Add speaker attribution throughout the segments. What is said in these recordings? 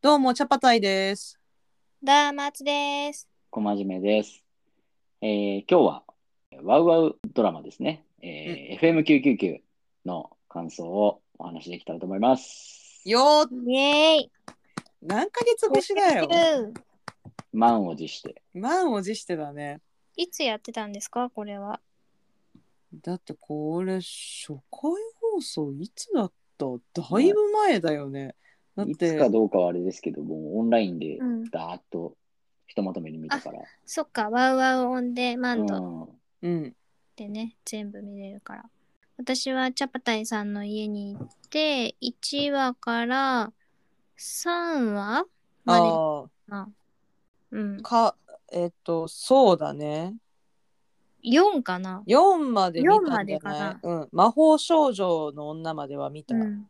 Speaker 1: どうも、チャパタイです。
Speaker 2: ダーマツです。
Speaker 3: 小真面目です。えー今日は、ワウワウドラマですね。えー FM999 の感想をお話しできたらと思います。
Speaker 1: よー、
Speaker 2: イエーイ。
Speaker 1: 何ヶ月越しだよ。
Speaker 3: 満を持して。
Speaker 1: 満を持してだね。
Speaker 2: いつやってたんですかこれは。
Speaker 1: だってこれ、初回放送いつだっただいぶ前だよね。だっ
Speaker 3: い
Speaker 1: て
Speaker 3: つ、かどうかはあれですけども、オンラインで
Speaker 2: うん
Speaker 3: ダーッとひとまとめに見たから。
Speaker 2: そっか、ワウワウオンデマ
Speaker 3: う
Speaker 2: ンド
Speaker 3: ん、
Speaker 1: うん。
Speaker 2: でね、全部見れるから。私はチャパタイさんの家に行って、1話から3話まで。
Speaker 1: あ
Speaker 2: うん
Speaker 1: あ、、か、えっと、そうだね。
Speaker 2: 4かな、
Speaker 1: 4まで見
Speaker 2: 四
Speaker 1: た
Speaker 2: ま
Speaker 1: んじ
Speaker 2: で
Speaker 1: ゃ
Speaker 2: か
Speaker 1: ない
Speaker 2: な、
Speaker 1: うん、魔法少女の女までは見た。
Speaker 2: うん。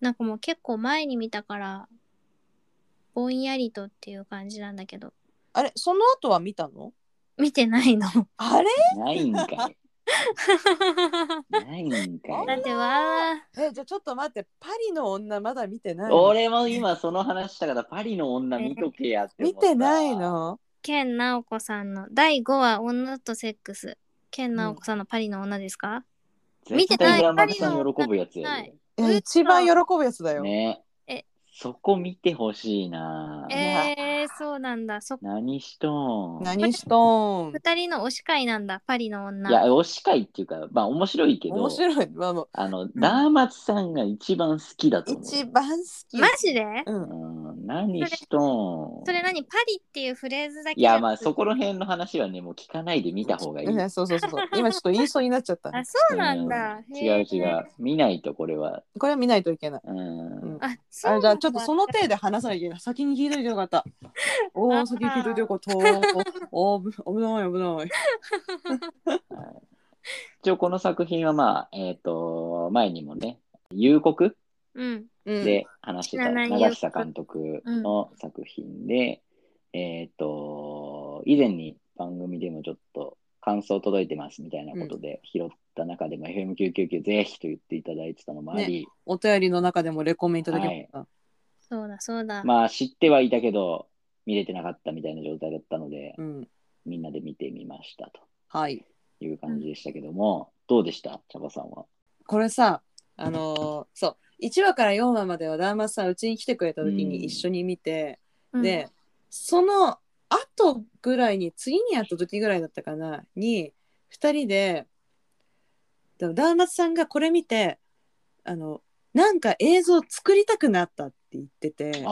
Speaker 2: なんかもう結構前に見たから、ぼんやりとっていう感じなんだけど、
Speaker 1: あれ、その後は見たの
Speaker 2: 見てないの。
Speaker 1: あれ
Speaker 3: ないんかい。ないん か
Speaker 2: だっ
Speaker 3: い。
Speaker 2: てわ
Speaker 1: え、じゃあちょっと待って、パリの女まだ見てないの
Speaker 3: 俺も今その話したからパリの女見とけやって
Speaker 1: 見
Speaker 3: 思った
Speaker 1: てない。の
Speaker 2: 健直子さんの第5話「女とセックス」健直子さんのパリの女ですか、見て
Speaker 3: 絶
Speaker 2: ない
Speaker 3: 対マキさん喜ぶやつ
Speaker 2: パリの女見て
Speaker 3: や
Speaker 2: ない
Speaker 3: で。
Speaker 1: え
Speaker 2: 嘘
Speaker 1: 一番喜ぶやつだよ。
Speaker 3: ね
Speaker 2: え
Speaker 3: そこ見てほしいな、
Speaker 1: え
Speaker 2: えー、そうなんだそ
Speaker 3: 何しとん
Speaker 1: 何しとん
Speaker 2: 二人の推し会なんだパリの女
Speaker 3: いや推し会っていうかまあ面白いけど
Speaker 1: 面白い。まあ、もう
Speaker 3: あのダーマツさんが一番好きだと思う、
Speaker 1: 一番好き。
Speaker 2: マジで
Speaker 1: うん、
Speaker 3: うん、何しとん
Speaker 2: それ何パリっていうフレーズだけ
Speaker 3: いやまあそこら辺の話はねもう聞かないで見た方がいい、
Speaker 1: うんそうそうそうそう。今ちょっと言いそうになっちゃった。
Speaker 2: あそうなんだ、
Speaker 3: うん
Speaker 2: へ
Speaker 3: 違う
Speaker 2: ー
Speaker 3: 違う見ないとこれは
Speaker 1: これは見ないといけない。
Speaker 3: うん、
Speaker 1: うん
Speaker 2: あそう
Speaker 1: あ
Speaker 2: なん
Speaker 1: じ
Speaker 2: だ
Speaker 1: ゃあちょっとその手で話さなきゃいけない。先に聞いといてよかった。お
Speaker 2: あ
Speaker 1: お、
Speaker 2: ー
Speaker 1: 先に聞いといてよかった。おお、ぶ危ない危ない。
Speaker 3: 一応この作品はまあえっ、と前にもね「夕刻」
Speaker 2: うん
Speaker 1: うん、
Speaker 3: で話してた
Speaker 2: 知らない
Speaker 3: 長久監督の作品で、えっ、と以前に番組でもちょっと感想届いてますみたいなことで拾った中でも、FM999 ぜひと言っていただいてたのもあり、
Speaker 1: お便りの中でもレコメンいただきました。
Speaker 2: そうだそうだ、
Speaker 3: まあ知ってはいたけど見れてなかったみたいな状態だったので、
Speaker 1: うん、
Speaker 3: みんなで見てみました
Speaker 1: はい。
Speaker 3: という感じでしたけども、どうでした茶葉さんは。
Speaker 1: これさ、あのーそう、1話から4話まではダーマスさんうちに来てくれた時
Speaker 3: うん
Speaker 1: に一緒に見て、
Speaker 2: うん
Speaker 1: で、その後ぐらいに次に会った時ぐらいだったかなに2人ででもダーマツさんがこれ見てあのなんか映像作りたくなったって言ってて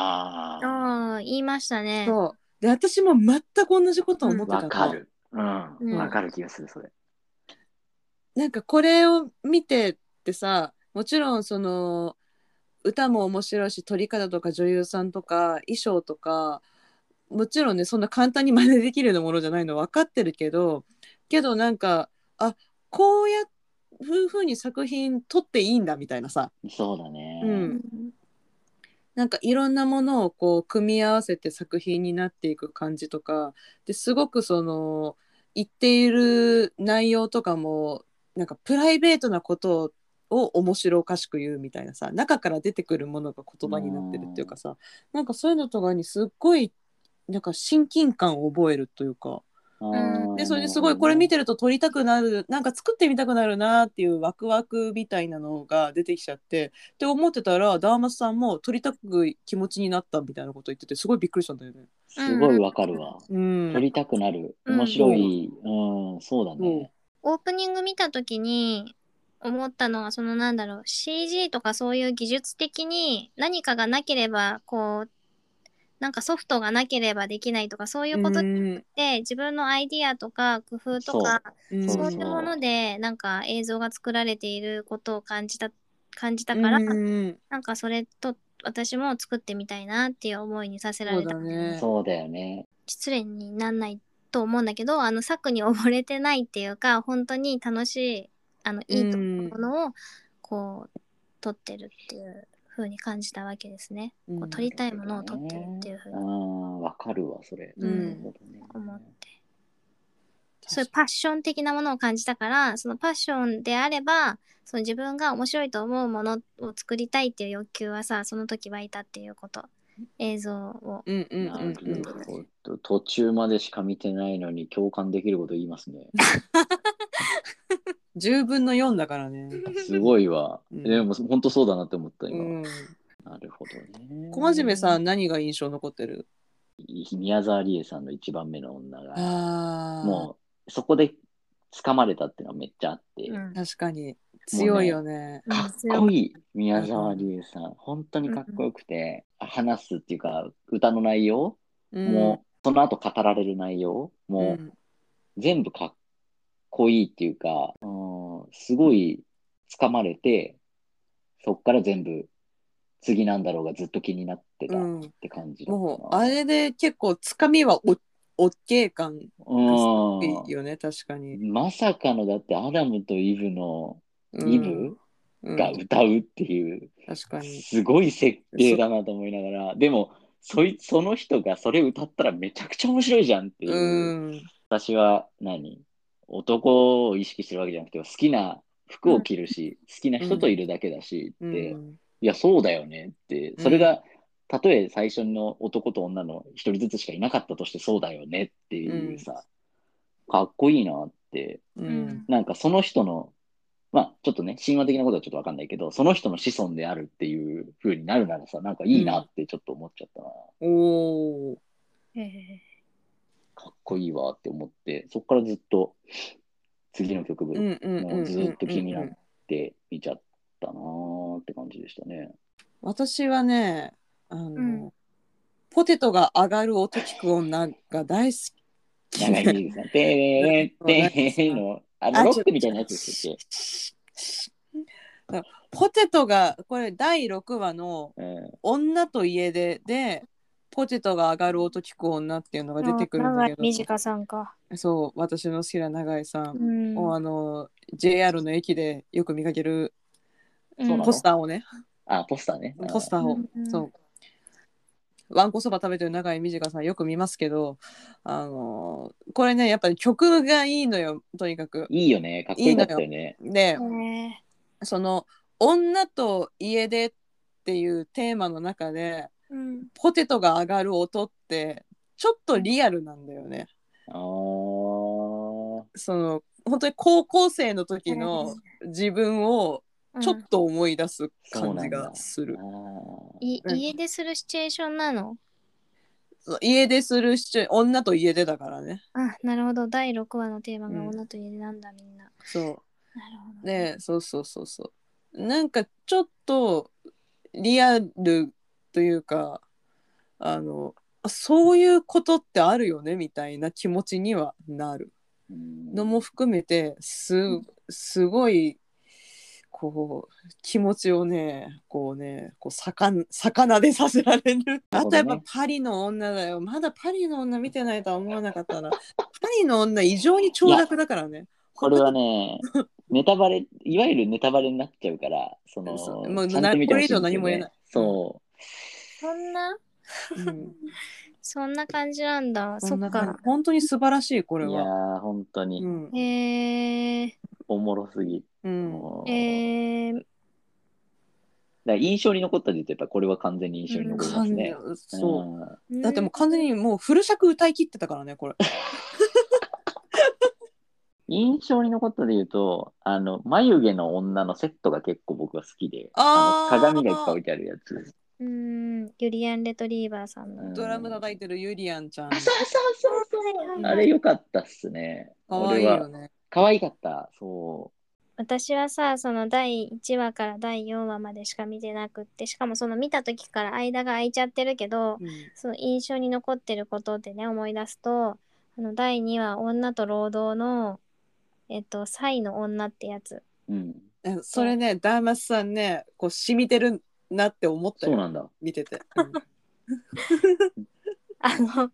Speaker 3: あ
Speaker 2: ああ言いましたね
Speaker 1: そうで私も全く同じことを思ってた
Speaker 3: わ
Speaker 1: の
Speaker 3: かる。うん、わ、
Speaker 2: うん
Speaker 3: かる気がするそれ。
Speaker 1: なんかこれを見てってさもちろんその歌も面白いし撮り方とか女優さんとか衣装とかもちろんねそんな簡単に真似できるようなものじゃないの分かってるけどけどなんかあこうやふうふうに作品撮っていいんだみたいなさ
Speaker 3: そうだね。
Speaker 1: うん
Speaker 2: うん
Speaker 1: なんかいろんなものをこう組み合わせて作品になっていく感じとかですごくその言っている内容とかもなんかプライベートなことを面白おかしく言うみたいなさ中から出てくるものが言葉になってるっていうかさなんかそういうのとかにすっごいなんか親近感を覚えるというか
Speaker 2: うん
Speaker 1: でそれですごいこれ見
Speaker 3: て
Speaker 1: てると撮りたくなるなんか作ってみたくなるなっていうワクワクみたいなのが出てきちゃってって思ってたらダーマスさんも撮りたく気持ちになったみたいなこと言っててすごいびっくりしたんだよね。
Speaker 3: すごいわかるわ。
Speaker 1: うん
Speaker 3: 撮りたくなる。
Speaker 2: うん
Speaker 3: 面白い。うん、そうだね。
Speaker 2: オープニング見た時に思ったのはそのなんだろう CG とかそういう技術的に何かがなければこうなんかソフトがなければできないとかそういうことで自分のアイディアとか工夫とか
Speaker 1: うん
Speaker 2: そう
Speaker 3: そ
Speaker 2: いうものでなんか映像が作られていることを感じた感じたから、
Speaker 1: うん
Speaker 2: なんかそれと私も作ってみたいなっていう思いにさせられた
Speaker 1: そうだねうん
Speaker 3: そうだよね。
Speaker 2: 失恋になんないと思うんだけどあの策に溺れてないっていうか本当に楽しいあのいいとものをこう撮ってるっていう風に感じたわけですね。こう撮りたいものを撮ってるっていう風
Speaker 3: う
Speaker 2: に
Speaker 3: ん、わかるわ、それ。
Speaker 1: うん
Speaker 3: そうだね
Speaker 2: 思って。そういうパッション的なものを感じたからそのパッションであればその自分が面白いと思うものを作りたいっていう欲求はさその時湧いたっていうこと映像を
Speaker 1: うんうん
Speaker 3: なる
Speaker 1: うんうん
Speaker 3: ほど。途中までしか見てないのに共感できること言います ね。
Speaker 1: 10分の4だからね。
Speaker 3: すごいわ。
Speaker 1: うん
Speaker 3: でも本当そうだなって思った
Speaker 1: う
Speaker 3: 今。
Speaker 1: ん、
Speaker 3: なるほどね。
Speaker 1: 小真面目さん何が印象残ってる
Speaker 3: 宮沢りえさんの一番目の女が、
Speaker 1: ああ
Speaker 3: もうそこで掴まれたっていうのはめっちゃあって、
Speaker 2: うん
Speaker 1: 確かに強いよね。
Speaker 3: かっこいい宮沢りえさん、本当にかっこよくて、話すっていうか、歌の内容、
Speaker 1: うん
Speaker 3: もうその後語られる内容、もう全部かっこいいっていうか、うん、すごい掴まれて、そっから全部、次なんだろうがずっと気になってたって感じだったな
Speaker 1: もうあれで結構つかみはおおっけい感
Speaker 3: うん
Speaker 1: いいよね確かに。
Speaker 3: まさかのだってアダムとイブの
Speaker 1: うん
Speaker 3: イブ
Speaker 1: うん
Speaker 3: が歌うっていう、
Speaker 1: 確かに。
Speaker 3: すごい設定だなと思いながらでもそいその人がそれ歌ったらめちゃくちゃ面白いじゃんっていう、
Speaker 1: うん
Speaker 3: 私は何男を意識してるわけじゃなくて好きな服を着るし、好きな人といるだけだしって、
Speaker 1: うん
Speaker 3: いやそうだよねってそれが、たとえ最初の男と女の一人ずつしかいなかったとしてそうだよねっていうさ、かっこいいなって
Speaker 1: うん
Speaker 3: なんかその人の、まあちょっとね、神話的なことはちょっとわかんないけど、その人の子孫であるっていう風になるならさ、なんかいいなってちょっと思っちゃったな。
Speaker 1: おー
Speaker 2: え
Speaker 3: かっこいいわって思って、そこからずっと次の曲
Speaker 1: うん
Speaker 3: ぶ
Speaker 1: う
Speaker 3: っ
Speaker 1: んうんうん
Speaker 3: もうずっと気にな
Speaker 1: う
Speaker 3: っ
Speaker 1: ん
Speaker 3: て見ちゃったなーって感じでした ね。
Speaker 1: 私はねあの、
Speaker 2: ん
Speaker 1: ポテトが上がる音聞く女が大好き。
Speaker 3: 長 いいですね。てれれてれれの、あのロックみたいなやつですっけ。
Speaker 1: ポテトがこれ第6話の
Speaker 3: うん
Speaker 1: 「女と家で」でポテトが上がる音聞く女っていうのが出てくるんだけど
Speaker 2: 短さんか。
Speaker 1: そう私の好きな永井さ
Speaker 2: うんん
Speaker 1: を、あの JR の駅でよく見かける
Speaker 3: そうなの
Speaker 1: ポスターをね
Speaker 3: あ、ポスターね。
Speaker 1: ポスターを、
Speaker 2: うん
Speaker 1: そうわんこそば食べてる永井美智香さんよく見ますけどあのこれねやっぱり曲がいいのよとにかく
Speaker 3: いいよね。かっこよかったよね。
Speaker 1: で、
Speaker 2: ね
Speaker 1: その「女と家で」っていうテーマの中で
Speaker 2: うん
Speaker 1: ポテトが上がる音ってちょっとリアルなんだよね。
Speaker 3: あー。
Speaker 1: その本当に高校生の時の自分をちょっと思い出す感じがする
Speaker 3: あ。ー
Speaker 2: い
Speaker 1: うん
Speaker 2: 家でするシチュエーションなの
Speaker 1: そう家でするシチュエ女と家でだからね。
Speaker 2: あなるほど第6話のテーマが
Speaker 1: うん
Speaker 2: 女と家でなんだみんな。
Speaker 1: そ
Speaker 2: なるほど
Speaker 1: う。ねそうそうそうそう。なんかちょっとリアルというかあのそういうことってあるよねみたいな気持ちにはなる。の
Speaker 3: の
Speaker 1: も含めてすすごいこう気持ちをねこうねこう魚魚でさせられる
Speaker 3: なる
Speaker 1: あと
Speaker 3: ほどね
Speaker 1: やっぱパリの女だよまだパリの女見てないとは思わなかったなパリの女異常に長尺だからね
Speaker 3: これはね、 ネタバレ、いわゆるネタバレになっちゃうから、その、
Speaker 1: そうもう
Speaker 3: ちゃんと見てほしいですよね
Speaker 1: これ以上何も言えない。
Speaker 3: そ
Speaker 2: そんな
Speaker 1: うん
Speaker 2: そんな感じなんだ。そ
Speaker 1: そん
Speaker 2: っ
Speaker 1: な感
Speaker 2: か
Speaker 1: じ。本当に素晴らしいこ
Speaker 3: う。
Speaker 1: れ
Speaker 3: いや
Speaker 1: は
Speaker 3: ー、本当
Speaker 1: う
Speaker 3: に
Speaker 1: ん
Speaker 2: へえ
Speaker 3: おもろすぎ。
Speaker 1: うん
Speaker 3: もう
Speaker 2: えー、
Speaker 3: だから印象に残ったで言うと、やっぱこれは完全に印象に残りま
Speaker 1: 感
Speaker 3: す
Speaker 1: じ
Speaker 3: ね。
Speaker 1: そう
Speaker 3: うん
Speaker 1: だってもう完全にもうフル尺歌い切ってたからねこれ
Speaker 3: 印象に残ったで言うと、あの、眉毛の女のセットが結構僕は好きで、
Speaker 1: あー
Speaker 3: の鏡がいっぱい置いてあるやつ。
Speaker 2: うんうんユリアン・レトリーバーさんの。
Speaker 3: う ん
Speaker 1: ドラム叩いてるユリアンちゃん
Speaker 3: あ、そうそうそうそう。あれ良かったっすね。
Speaker 1: 可愛い
Speaker 3: 俺
Speaker 1: よ
Speaker 3: は
Speaker 1: ね
Speaker 3: 可愛かった。そう。
Speaker 2: 私はさその第1話から第4話までしか見てなくってしかもその見た時から間が空いちゃってるけど
Speaker 1: うん
Speaker 2: その印象に残ってることってね思い出すとあの第2話「女と労働の」えっと「サイの女」ってやつ
Speaker 3: うん。
Speaker 1: えそれねダーマスさんねこう染みてるなって思った
Speaker 3: そうな
Speaker 1: よ
Speaker 3: んだ。
Speaker 1: 見てて、うん
Speaker 2: あの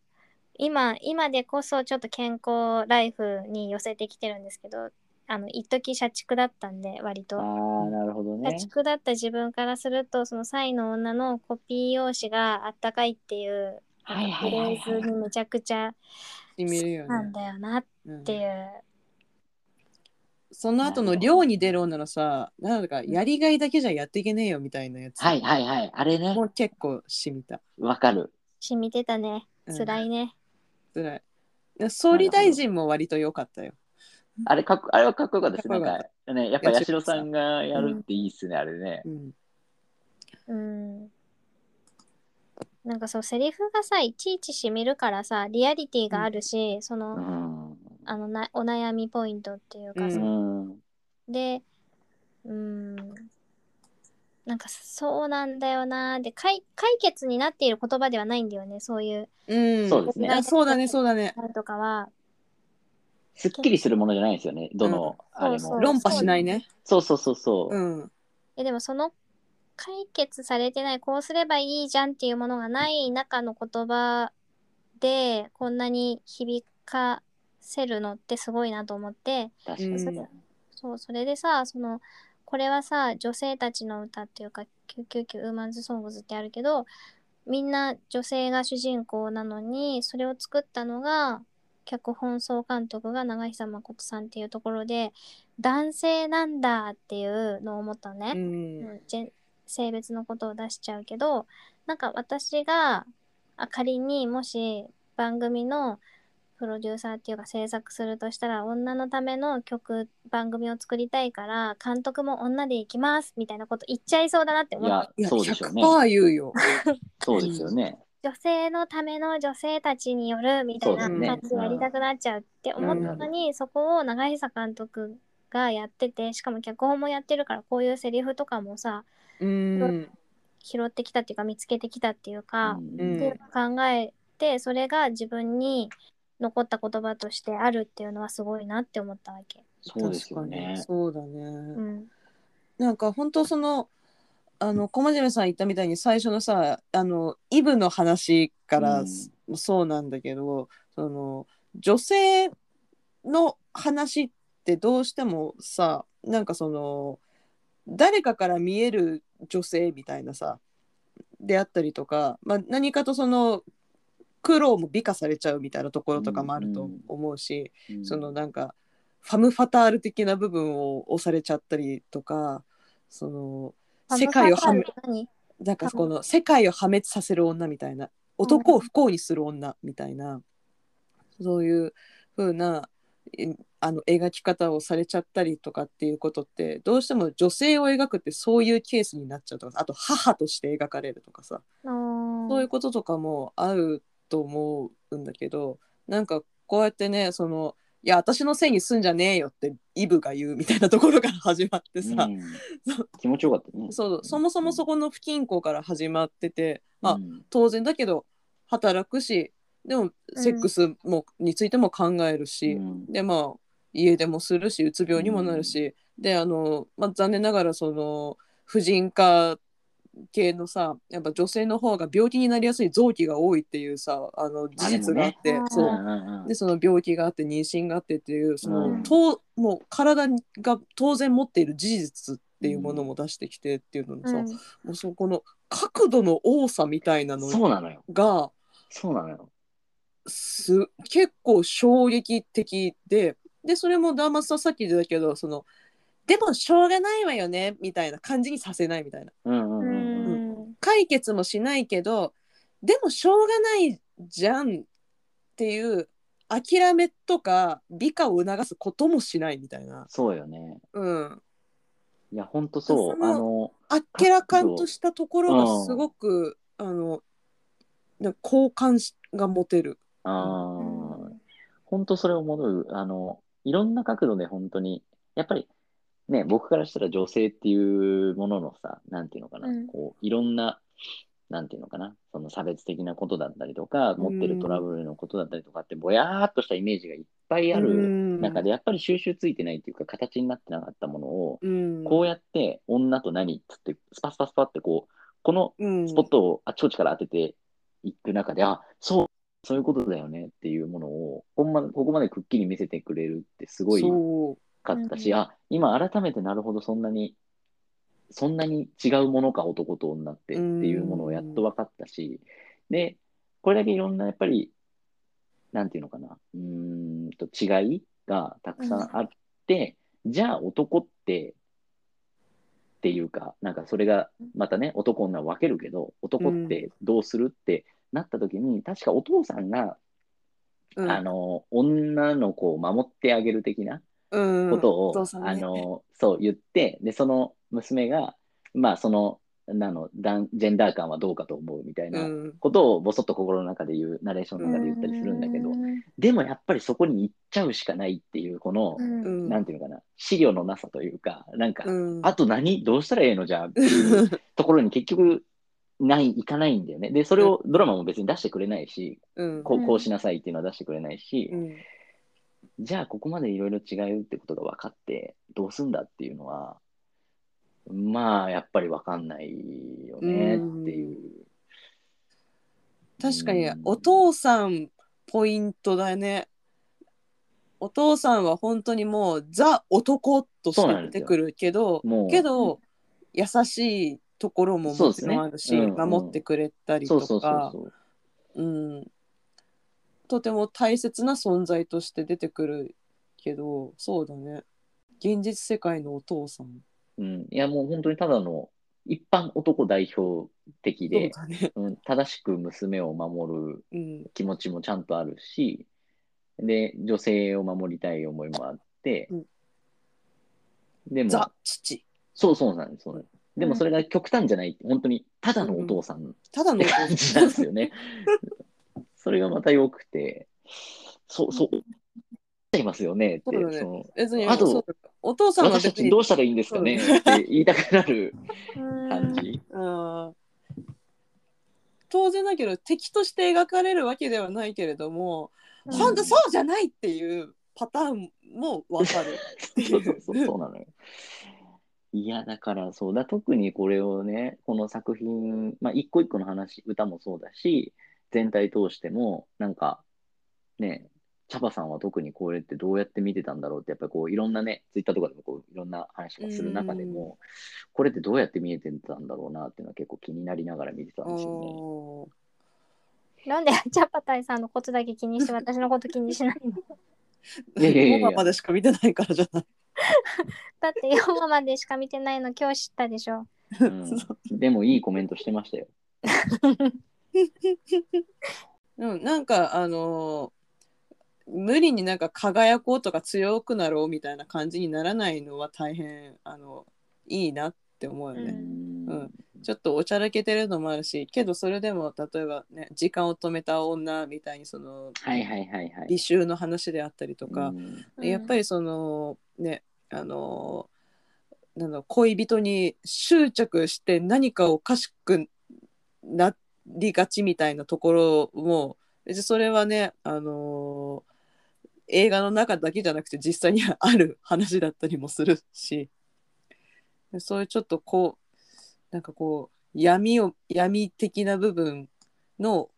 Speaker 2: 今今でこそちょっと健康ライフに寄せてきてるんですけどあの一時社畜だったんで割と。
Speaker 3: ああ、なるほどね
Speaker 2: 家。畜だった自分からするとそのサイの女のコピー用紙があったかいっていう
Speaker 3: はい
Speaker 2: フ
Speaker 3: はい
Speaker 2: レ
Speaker 3: はい
Speaker 2: ーズ
Speaker 3: はい。
Speaker 2: にめちゃくちゃ
Speaker 1: 染みるよ
Speaker 2: なん
Speaker 1: ね
Speaker 2: だよなっ
Speaker 1: うん
Speaker 2: っていう。
Speaker 1: その後の寮に出る女のさなんかやりがいだけじゃやっていけねえよみたいなやつ、
Speaker 3: はいはいはい。あれね
Speaker 1: も。う結構しみた、
Speaker 3: わかる。
Speaker 2: 染みてたね。
Speaker 1: うん
Speaker 2: 辛いね。
Speaker 1: 辛い総理大臣も割と良かったよ
Speaker 3: あれかっこあれはかっこよかったです。
Speaker 1: か
Speaker 3: な
Speaker 1: っこよ
Speaker 3: ん
Speaker 1: かった
Speaker 3: か、ね、やっぱ八代さんがやるっていいっすね、あれね。
Speaker 1: うん
Speaker 2: うん。なんかそう、セリフがさ、いちいち染みるからさ、リアリティがあるし、そうの、
Speaker 3: ん。
Speaker 2: あのな、お悩みポイントっていうか
Speaker 1: う
Speaker 2: さ、
Speaker 3: うん。
Speaker 2: で、うん。なんかそうなんだよなで解解決になっている言葉ではないんだよねそういう
Speaker 1: うん、
Speaker 3: そうですね
Speaker 1: あそうだねそうだね
Speaker 2: なんとかは
Speaker 3: すっきりするものじゃないですよね。どの、あれ
Speaker 2: そう
Speaker 3: も。
Speaker 1: 論破しないね
Speaker 3: そうそうそうそうう。
Speaker 1: ん
Speaker 2: えでもその解決されてないこうすればいいじゃんっていうものがない中の言葉でこんなに響かせるのってすごいなと思って
Speaker 3: 確かに。
Speaker 1: う
Speaker 3: うんん
Speaker 2: そうそれでさそのこれはさ女性たちの歌っていうか999ウーマンズソングズってあるけどみんな女性が主人公なのにそれを作ったのが脚本総監督が長久誠さんっていうところで男性なんだっていうのを思ったのね。
Speaker 1: うん
Speaker 2: うんジェン性別のことを出しちゃうけどなんか私があ仮にもし番組のプロデューサーっていうか制作するとしたら女のための曲番組を作りたいから監督も女で行きますみたいなこと言っちゃいそうだなって
Speaker 3: い
Speaker 2: 思った
Speaker 3: や
Speaker 1: い、や
Speaker 3: そうでしょうね。
Speaker 1: 100%言うよ
Speaker 3: そうですよね。
Speaker 2: 女性のための女性たちによるみたいな
Speaker 1: そうですね
Speaker 2: 感じでやりたくなっちゃうって思ったのに、そこを長久監督がやっててしかも脚本もやってるからこういうセリフとかもさ
Speaker 1: うん
Speaker 2: 拾ってきたっていうか見つけてきたっていうか、
Speaker 3: うん
Speaker 1: うん
Speaker 2: っていうのを考えてそれが自分に残った言葉としてあるっていうのはすごいなって思ったわけ。
Speaker 3: そうですよ
Speaker 1: 確か
Speaker 3: ね
Speaker 1: に。そうだね、
Speaker 2: うん、
Speaker 1: なんか本当そのあの小真面目さん言ったみたいに最初のさあのイブの話から
Speaker 3: うん
Speaker 1: すそうなんだけど、その女性の話ってどうしてもさなんかその誰かから見える女性みたいなさであったりとか、まあ、何かとその苦労も美化されちゃうみたいなところとかもあると思うし、
Speaker 3: うん
Speaker 1: そのなんかファム・ファタール的な部分を押されちゃったりとかその世界をはめ
Speaker 2: 何
Speaker 1: なんかこの世界を破滅させる女みたいな男を不幸にする女みたいな、そういう風なえあの描き方をされちゃったりとかっていうことってどうしても女性を描くってそういうケースになっちゃうとかあと母として描かれるとかさそういうこととかもあると思うんだけどなんかこうやってねそのいや私のせいにすんじゃねえよってイブが言うみたいなところから始まってさ、
Speaker 3: うん気持ちよかったね。
Speaker 1: そうそもそもそこの不均衡から始まってて、ま
Speaker 3: う
Speaker 1: あ
Speaker 3: ん
Speaker 1: 当然だけど働くしでも
Speaker 2: うん
Speaker 1: セックスも、についても考えるし、
Speaker 3: うん
Speaker 1: でまあ家出もするしうつ病にもなるし、であの、まあ、残念ながらその婦人科系のさやっぱ女性の方が病気になりやすい臓器が多いっていうさあの事実があって
Speaker 2: あれもね
Speaker 1: そううん
Speaker 3: うんうん
Speaker 1: でその病気があって妊娠があってっていうその、
Speaker 3: うん
Speaker 1: ともう体が当然持っている事実っていうものも出してきてっていうののさ、
Speaker 2: うん
Speaker 1: もうそこの角度の多さみたいなの
Speaker 3: そうなのよ。
Speaker 1: が
Speaker 3: そうなのよ。
Speaker 1: す結構衝撃的ででそれもダーマスさんさっき言ってたけどそのでもしょうがないわよねみたいな感じにさせないみたいな
Speaker 3: うんうんうんうん。
Speaker 1: 解決もしないけどでもしょうがないじゃんっていう諦めとか美化を促すこともしないみたいな、
Speaker 3: そうよね。
Speaker 1: うん、
Speaker 3: いや、ほんとそう。
Speaker 1: その
Speaker 3: あの、
Speaker 1: あっけらかんとしたところがすごく、あのなんか好感しが持てる。
Speaker 3: あーほんとそれを戻る。あの、いろんな角度で本当に、やっぱり、ね、僕からしたら女性っていうもののさ、なんていうのかな、
Speaker 2: うん
Speaker 3: こう、いろんな、なんていうのかな、その差別的なことだったりとか、持ってるトラブルのことだったりとかって、ぼやーっとしたイメージがいっぱいある中で、やっぱり収集ついてないっていうか、形になってなかったものを、
Speaker 1: うん、
Speaker 3: こうやって女と何っつって、スパスパスパってこう、この
Speaker 1: うん
Speaker 3: スポットをあちこちから当てていく中で、あ、そう、そういうことだよねっていうものを、ほんま、ここまでくっきり見せてくれるってすごい
Speaker 1: そう
Speaker 3: かったし、
Speaker 2: うん
Speaker 3: あ、今改めてなるほどそんなに、そんなに違うものか男と女ってっていうものをやっと分かったし、で、これだけいろんなやっぱりなんていうのかな、うーんと違いがたくさんあって、じゃあ男って、っていうか、なんかそれがまたね、男女分けるけど、男ってどうするってなった時に、確かお父さんが、
Speaker 1: うん
Speaker 3: あの、女の子を守ってあげる的な
Speaker 1: うん
Speaker 3: ことを、
Speaker 1: お父さんね
Speaker 3: あの、そう言って、で、その娘が、まあ、その、なの、だんジェンダー感はどうかと思うみたいうな、
Speaker 1: ん
Speaker 3: ことをぼそっと心の中で言うナレーションの中で言ったりするんだけど、でもやっぱりそこに行っちゃうしかないっていうこの
Speaker 2: う、
Speaker 1: うんん
Speaker 3: なんていうのかな資料のなさというかなんか、
Speaker 1: うん
Speaker 3: あと何どうしたらええのじゃあっていうところに結局ない行かないんだよねでそれをドラマも別に出してくれないし、
Speaker 1: うん
Speaker 3: こ
Speaker 2: う
Speaker 3: うんこうしなさいっていうのは出してくれないし、
Speaker 1: うん
Speaker 3: じゃあここまでいろいろ違うってことが分かってどうすんだっていうのはまあやっぱり分かんないよねっていう。
Speaker 1: 確かに
Speaker 3: うん
Speaker 1: お父さんポイントだねお父さんは本当にもうザ男とし
Speaker 3: そう
Speaker 1: て
Speaker 3: な
Speaker 1: 出
Speaker 3: んです
Speaker 1: て
Speaker 3: よ
Speaker 1: くるけど
Speaker 3: もう
Speaker 1: けど優しいところももちろんあるし、
Speaker 3: そうですねうんうん
Speaker 1: 守ってくれたり
Speaker 3: そ
Speaker 1: と
Speaker 3: うそうそう
Speaker 1: か
Speaker 3: そう
Speaker 1: うんとても大切な存在として出てくるけどそうだね現実世界のお父さん
Speaker 3: うん、いやもう本当にただの一般男代表
Speaker 1: そ
Speaker 3: 的
Speaker 1: う
Speaker 3: で、
Speaker 1: だね、
Speaker 3: うん、正しく娘を守る
Speaker 1: うん
Speaker 3: 気持ちもちゃんとあるしで女性を守りたい思いもあって、
Speaker 1: うん
Speaker 3: でも
Speaker 1: ザ父
Speaker 3: そうそうなんですそうなんですでも
Speaker 2: うん
Speaker 3: それが極端じゃない本当にただのお父さん
Speaker 1: ただ
Speaker 3: っ
Speaker 1: の
Speaker 3: て
Speaker 1: お
Speaker 3: 感
Speaker 1: 父
Speaker 3: じ
Speaker 1: さ
Speaker 3: な
Speaker 1: ん
Speaker 3: んですよね。それがまた良くてそうそう思っちゃいますよねって
Speaker 1: そうだね
Speaker 3: その
Speaker 1: 別に
Speaker 3: あと
Speaker 1: そうだお父さんは
Speaker 3: 私た
Speaker 1: 別
Speaker 3: ち
Speaker 1: に
Speaker 3: どうしたらいいんですかねって言いたくなる
Speaker 2: うん
Speaker 3: 感じ。
Speaker 1: うん当然だけど敵として描かれるわけではないけれども、
Speaker 2: うん
Speaker 1: ほんとそうじゃないっていうパターンもわかる。
Speaker 3: そうそうそう、そうなのよ。いや、だからそうだ、特にこれをね、この作品、まあ、一個一個の話、歌もそうだし、全体通しても、なんか、ね、チャパさんは特にこれってどうやって見てたんだろうって、やっぱりこう、いろんなね、ツイッターとかでもこう、いろんな話とかする中でも、これってどうやって見えてたんだろうなっていうのは結構気になりながら見てたんですよね。
Speaker 1: おー
Speaker 2: なんで チャパタイさんのことだけ気にして私のこと気にしないの
Speaker 3: いやいやいやいや
Speaker 1: 4話までしか見てないからじゃない。
Speaker 2: だって4話 までしか見てないの今日知ったでしょ。
Speaker 3: うん、でも、いいコメントしてましたよ。
Speaker 1: うん、なんかあのー無理になんか輝こうとか強くなろうみたいな感じにならないのは大変あのいいなって 思うよね。
Speaker 2: うん
Speaker 1: うんちょっとおちゃらけてるのもあるしけどそれでも例えばね時間を止めた女みたいにその
Speaker 3: はいはいはいはい。
Speaker 1: 履修の話であったりとか、
Speaker 3: うん
Speaker 1: やっぱりそのねあのなんだろう恋人に執着して何かおかしくなりがちみたいなところも別にそれはねあの映画の中だけじゃなくて実際にはある話だったりもするしそういうちょっとこうなんかこう闇を闇的な部分の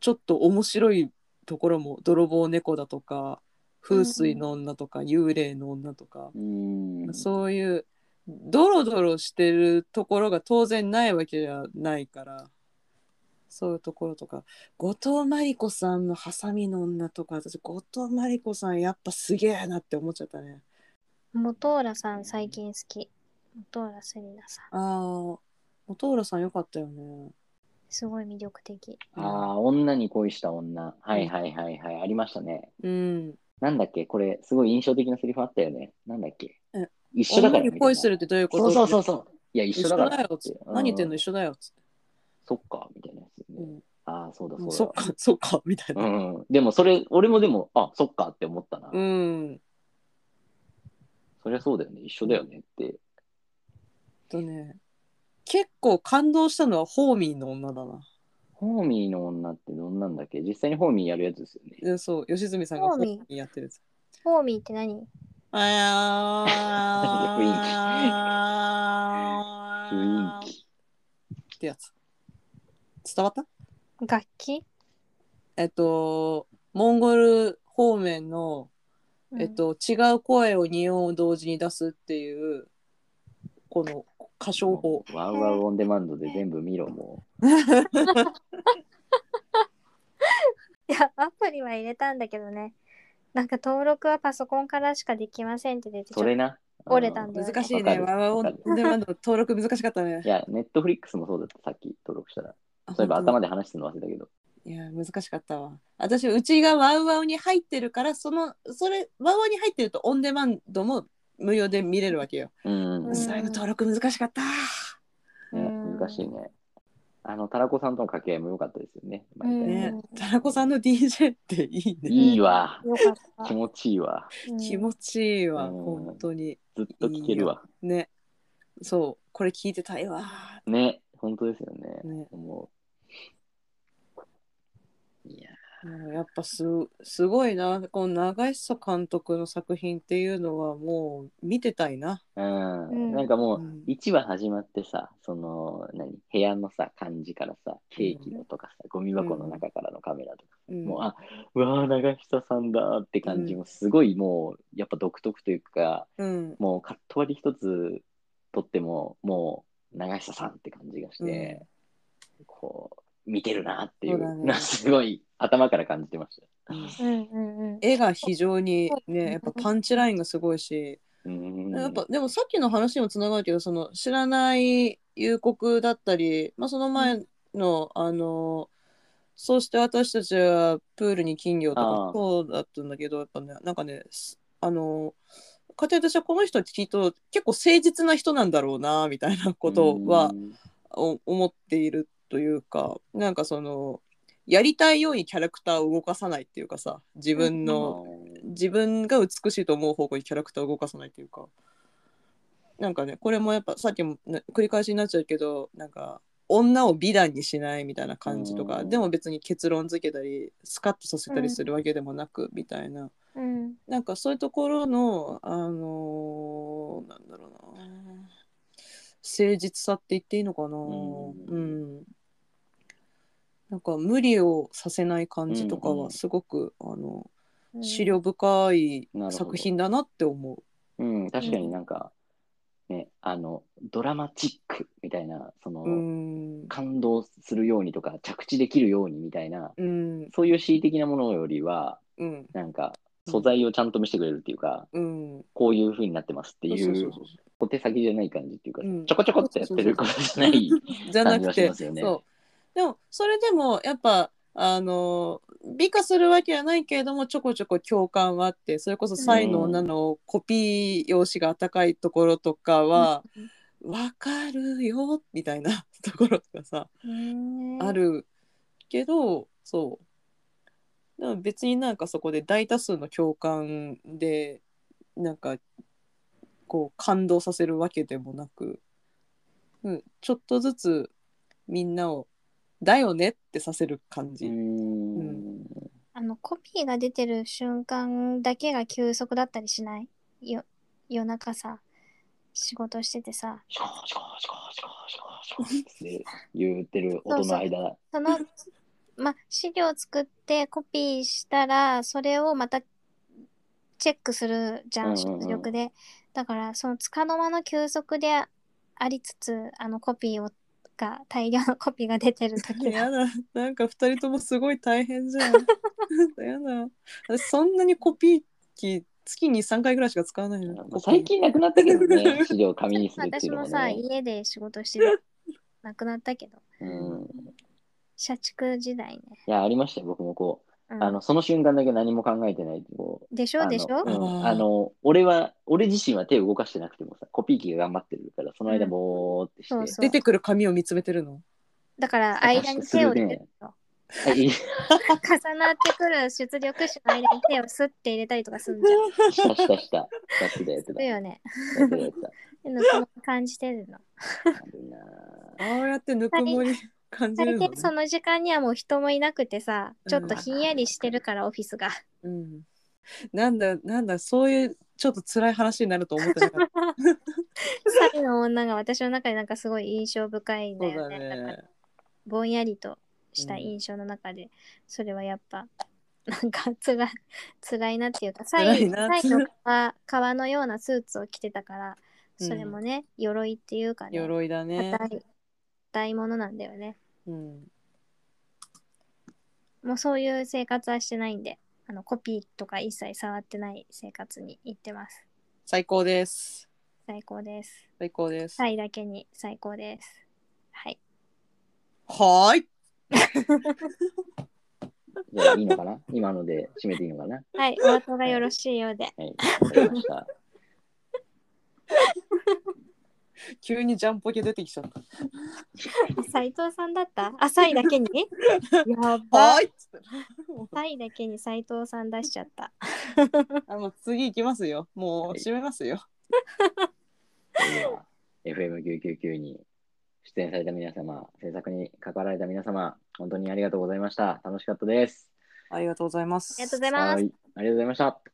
Speaker 1: ちょっと面白いところも泥棒猫だとか風水の女とか幽霊の女とか、
Speaker 3: うん
Speaker 1: そういうドロドロしてるところが当然ないわけじゃないからそういうところとか後藤真理子さんの「ハサミの女」とか私後藤真理子さんやっぱすげえなって思っちゃったね。
Speaker 2: 元浦さん最近好き。元浦セリナさん。
Speaker 1: あー本浦さんよかったよね。
Speaker 2: すごい魅力的。
Speaker 3: ああ、女に恋した女。はいはいはいはい。ありましたね。
Speaker 1: うん、
Speaker 3: なんだっけこれ、すごい印象的なセリフあったよね。なんだっけ
Speaker 1: え
Speaker 3: 一緒だか
Speaker 1: 女
Speaker 3: らみ
Speaker 1: に
Speaker 3: たいな。
Speaker 1: 恋するってどういうこと
Speaker 3: そうそ
Speaker 1: う
Speaker 3: うそうそう。いや、一
Speaker 1: 一
Speaker 3: 緒
Speaker 1: 緒
Speaker 3: だから
Speaker 1: だよっつって何言ってんの
Speaker 3: う
Speaker 1: 一緒だよっつって、
Speaker 3: そっか、みたいなやつよね、ああ、そうだ
Speaker 1: うん、
Speaker 3: そ
Speaker 1: そうっ
Speaker 3: だ。
Speaker 1: かそっか みたいな。
Speaker 3: うん。でもそれ、俺もでも、あ、そっかって思ったな。
Speaker 1: うん
Speaker 3: そりゃそうだよね。一緒だよねって。
Speaker 1: えっとね結構感動したのはホーミーの女だな
Speaker 3: ホーミーの女ってどんなんだっけ実際にホーミーやるやつですよね。
Speaker 1: でそう吉住さんがホーミーやってるやつ
Speaker 2: ホーミーって何
Speaker 1: あー
Speaker 3: 雰囲気。
Speaker 1: ってやつ伝わった
Speaker 2: 楽器
Speaker 1: えっとモンゴル方面の、えっ、と、違う声を2音を同時に出すっていうこの歌唱法
Speaker 3: ワウワウオンデマンドで全部見ろ、もう。
Speaker 2: うんいや、アプは入れたんだけどね。なんか登録はパソコンからしかできませんって出てちょっ
Speaker 3: それ
Speaker 2: と
Speaker 3: な。
Speaker 2: 折れたんだよね
Speaker 1: 難しい
Speaker 3: わか
Speaker 1: ね。
Speaker 3: る
Speaker 1: ワワオ
Speaker 3: わ
Speaker 1: ン
Speaker 3: かる
Speaker 1: デマンドの登録難しかったね
Speaker 3: い。や、ネットフリックスもそうだった、さっき登録したら。
Speaker 1: あ
Speaker 3: そういえば
Speaker 1: 本当
Speaker 3: 頭で話してるの忘れたけど。
Speaker 1: いや難しかったわ。私うちがワウワウに入ってるからそのそれワウワウに入ってるとオンデマンドも無料で見れるわけよ。
Speaker 3: うん。
Speaker 2: ん
Speaker 1: それの登録難しかった。
Speaker 3: ね、
Speaker 2: うん
Speaker 3: 難しいね。あの、タラコさんとの掛け合いも良かったですよね。毎回
Speaker 1: ね
Speaker 2: うん、
Speaker 1: タラコさんの DJ っていいね。
Speaker 3: いいわ。
Speaker 2: よかった
Speaker 3: 気。持ちいいわ。
Speaker 2: うん
Speaker 1: 気持ちいいわ、
Speaker 3: うん
Speaker 1: 本当に。
Speaker 3: ずっと聞けるわ。
Speaker 1: ね。そう、これ聞いてたいわ。
Speaker 3: ね、本当ですよね。
Speaker 1: ね、
Speaker 3: 思う。いや、
Speaker 1: もうやっぱすすごいな、この長久監督の作品っていうのはもう見てたいな。
Speaker 3: うん、
Speaker 2: うん
Speaker 3: なんかもう
Speaker 1: うん
Speaker 3: 1話始まってさ、その何部屋のさ感じからさケーキのとかさ、ゴミ箱の中からのカメラとか、
Speaker 1: うん、
Speaker 3: もうあうわー長久さんだーって感じもすごいもうやっぱ独特というか
Speaker 1: うん、
Speaker 3: もうカット割り一つ取ってももう長久さんって感じがして、こう見てるなってい
Speaker 1: そ
Speaker 3: う
Speaker 1: うだね
Speaker 3: なんか すごい頭から感じてました。
Speaker 2: うんうんうん。
Speaker 1: 絵が非常に
Speaker 2: うん
Speaker 1: ね、やっぱパンチラインがすごいし、
Speaker 3: うん
Speaker 1: やっぱでもさっきの話にもつながるけど、その知らない夕刻だったり、まあ、その前の、あの、そして私たちはプールに金魚と
Speaker 3: あ
Speaker 1: か
Speaker 3: あ
Speaker 1: そうだったんだけど、やっぱね、なんかね、すあの、家庭としてはこの人って聞いと結構誠実な人なんだろうな、みたいなことは
Speaker 3: うん
Speaker 1: お思っているというかなんかそのやりたいようにキャラクターを動かさないっていうかさ自分の、自分が美しいと思う方向にキャラクターを動かさないっていうかなんかねこれもやっぱさっきもね繰り返しになっちゃうけどなんか女を美談にしないみたいな感じとか
Speaker 3: うん
Speaker 1: でも別に結論付けたりスカッとさせたりするわけでもなくみたいな
Speaker 2: うん。
Speaker 1: なんかそういうところの、あのーなんだろうな、誠実さって言っていいのかな、
Speaker 3: う
Speaker 1: うんん。なんか無理をさせない感じとか
Speaker 3: うんうん
Speaker 1: は、すごく、あの、
Speaker 2: うん
Speaker 1: 資。料深い
Speaker 3: なるほど
Speaker 1: 作品だなって思う。
Speaker 3: うん、確かになんか、ね、あの、ドラマチックみたいな、その、
Speaker 1: うん。
Speaker 3: 感動するようにとか、着地できるようにみたいな、
Speaker 1: うん。
Speaker 3: そういう恣意的なものよりは、
Speaker 1: うん。
Speaker 3: なんか、素材をちゃんと見せてくれるっていうか、
Speaker 1: うん。
Speaker 3: こういう風になってますってい
Speaker 1: そうそう
Speaker 3: う
Speaker 1: そう、そ
Speaker 3: 小手先じゃない感じっていうか、
Speaker 1: うん
Speaker 3: ちょこちょこってやってることじゃない。
Speaker 1: うじゃなく
Speaker 3: 感じはし
Speaker 1: て、
Speaker 3: ますよね
Speaker 1: そう。でも、それでも、やっぱ、あの美化するわけはないけれどもちょこちょこ共感はあってそれこそ「サイの女」のコピー用紙が高いところとかは「わかるよ」みたいなところとかさ
Speaker 2: ねえ
Speaker 1: あ。るけどそうでも別になんかそこで大多数の共感でなんかこう感動させるわけでもなく、うん、ちょっとずつみんなを「だよね」ってさせる感
Speaker 3: う
Speaker 1: じ。
Speaker 3: ん。
Speaker 2: あの、コピーが出てる瞬間だけが休息だったりしないよ、夜中さ、仕事しててさ、
Speaker 3: シコシコシコシコシコシコって言ってる音の間。
Speaker 2: その、ま、資料作ってコピーしたら、それをまたチェックするじゃ
Speaker 3: うん
Speaker 2: ん、
Speaker 3: うんうん
Speaker 2: 出力で。だから、そのつかの間の休息でありつつ、あのコピーを、が、大量のコ ピーが出てる時
Speaker 1: や
Speaker 2: は、
Speaker 1: だなんか二人ともすごい大変じゃん やだ私そんなにコピー機月に3回ぐらいしか使わないのコピー
Speaker 3: 最近なくなったけどね、資料を紙にするって
Speaker 2: 私
Speaker 3: いうのも
Speaker 2: もさ、
Speaker 3: ね。
Speaker 2: 家で仕事して る、なくなったけど、
Speaker 3: うん
Speaker 2: 社畜時代ね。
Speaker 3: いや、ありましたよ、僕もこ
Speaker 2: う
Speaker 3: う、
Speaker 2: ん
Speaker 3: あの、その瞬間だけ何も考えてない。こ
Speaker 2: でし
Speaker 3: う
Speaker 2: ょ
Speaker 3: あの
Speaker 2: でしょ
Speaker 3: うん
Speaker 1: あー
Speaker 3: あの、俺は、俺自身は手を動かしてなくてもさ、コピー機が頑張ってるから、その間
Speaker 2: うん
Speaker 3: ぼーってして。
Speaker 2: そうそう
Speaker 1: 出てくる紙を見つめてるの
Speaker 2: だから間に手を入れると、
Speaker 3: はい
Speaker 2: 重なってくる出力子の間に手をスッて入れたりとかするんじゃん。
Speaker 3: したしたした。やってたやっ
Speaker 2: す
Speaker 3: てた。
Speaker 2: る
Speaker 3: や
Speaker 2: よね。
Speaker 3: ってたやって
Speaker 2: っていうのを感じてるの。
Speaker 3: た。あるなぁ
Speaker 1: ああやってぬくもり感じ
Speaker 2: 大
Speaker 1: るの、
Speaker 2: 抵
Speaker 1: ね
Speaker 2: その時間にはもう人もいなくてさ、ちょっとひんやりしてるから、オフィスが。
Speaker 1: うん、なんだなんだそういうちょっと辛い話になると思ってなかった
Speaker 2: サイの女が私の中でなんかすごい印象深いん だ
Speaker 1: そう
Speaker 2: よ
Speaker 1: だ
Speaker 2: ね。なんか
Speaker 1: ね
Speaker 2: ぼんやりとした
Speaker 1: うん
Speaker 2: 印象の中で、それはやっぱ、 なんかつら辛いなっていうか、サ
Speaker 1: 辛
Speaker 2: イ
Speaker 1: いな
Speaker 2: サイの革革のようなスーツを着てたから、それもね、鎧っていうかね。
Speaker 1: 鎧だね
Speaker 2: 硬い硬いものなんだよね。
Speaker 1: うん
Speaker 2: もうそういう生活はしてないんで、あのコピーとか一切触ってない生活に行ってます。
Speaker 1: 最高です。
Speaker 2: 最高です。
Speaker 1: 最高です。
Speaker 2: タイだけに最高です。はい。
Speaker 1: はーい。
Speaker 3: じゃあいいのかな今ので締めていいのかな
Speaker 2: はい、お後がよろしいよう で。
Speaker 3: はい、わかりました。
Speaker 1: 急にジャンポケ出てきちゃった。
Speaker 2: 斉藤さんだったあ、サイだけに やば。
Speaker 1: はいーいっつって。
Speaker 2: サイだけに斉藤さん出しちゃった。
Speaker 1: あの次行きますよ。もう
Speaker 3: はい
Speaker 1: 閉めますよ。
Speaker 3: それでは FM999 に出演された皆様、制作に関わられた皆様、本当にありがとうございました。楽しかったです。
Speaker 1: ありがとうございます。
Speaker 2: ありがとうございます
Speaker 3: は。い、ありがとうございました。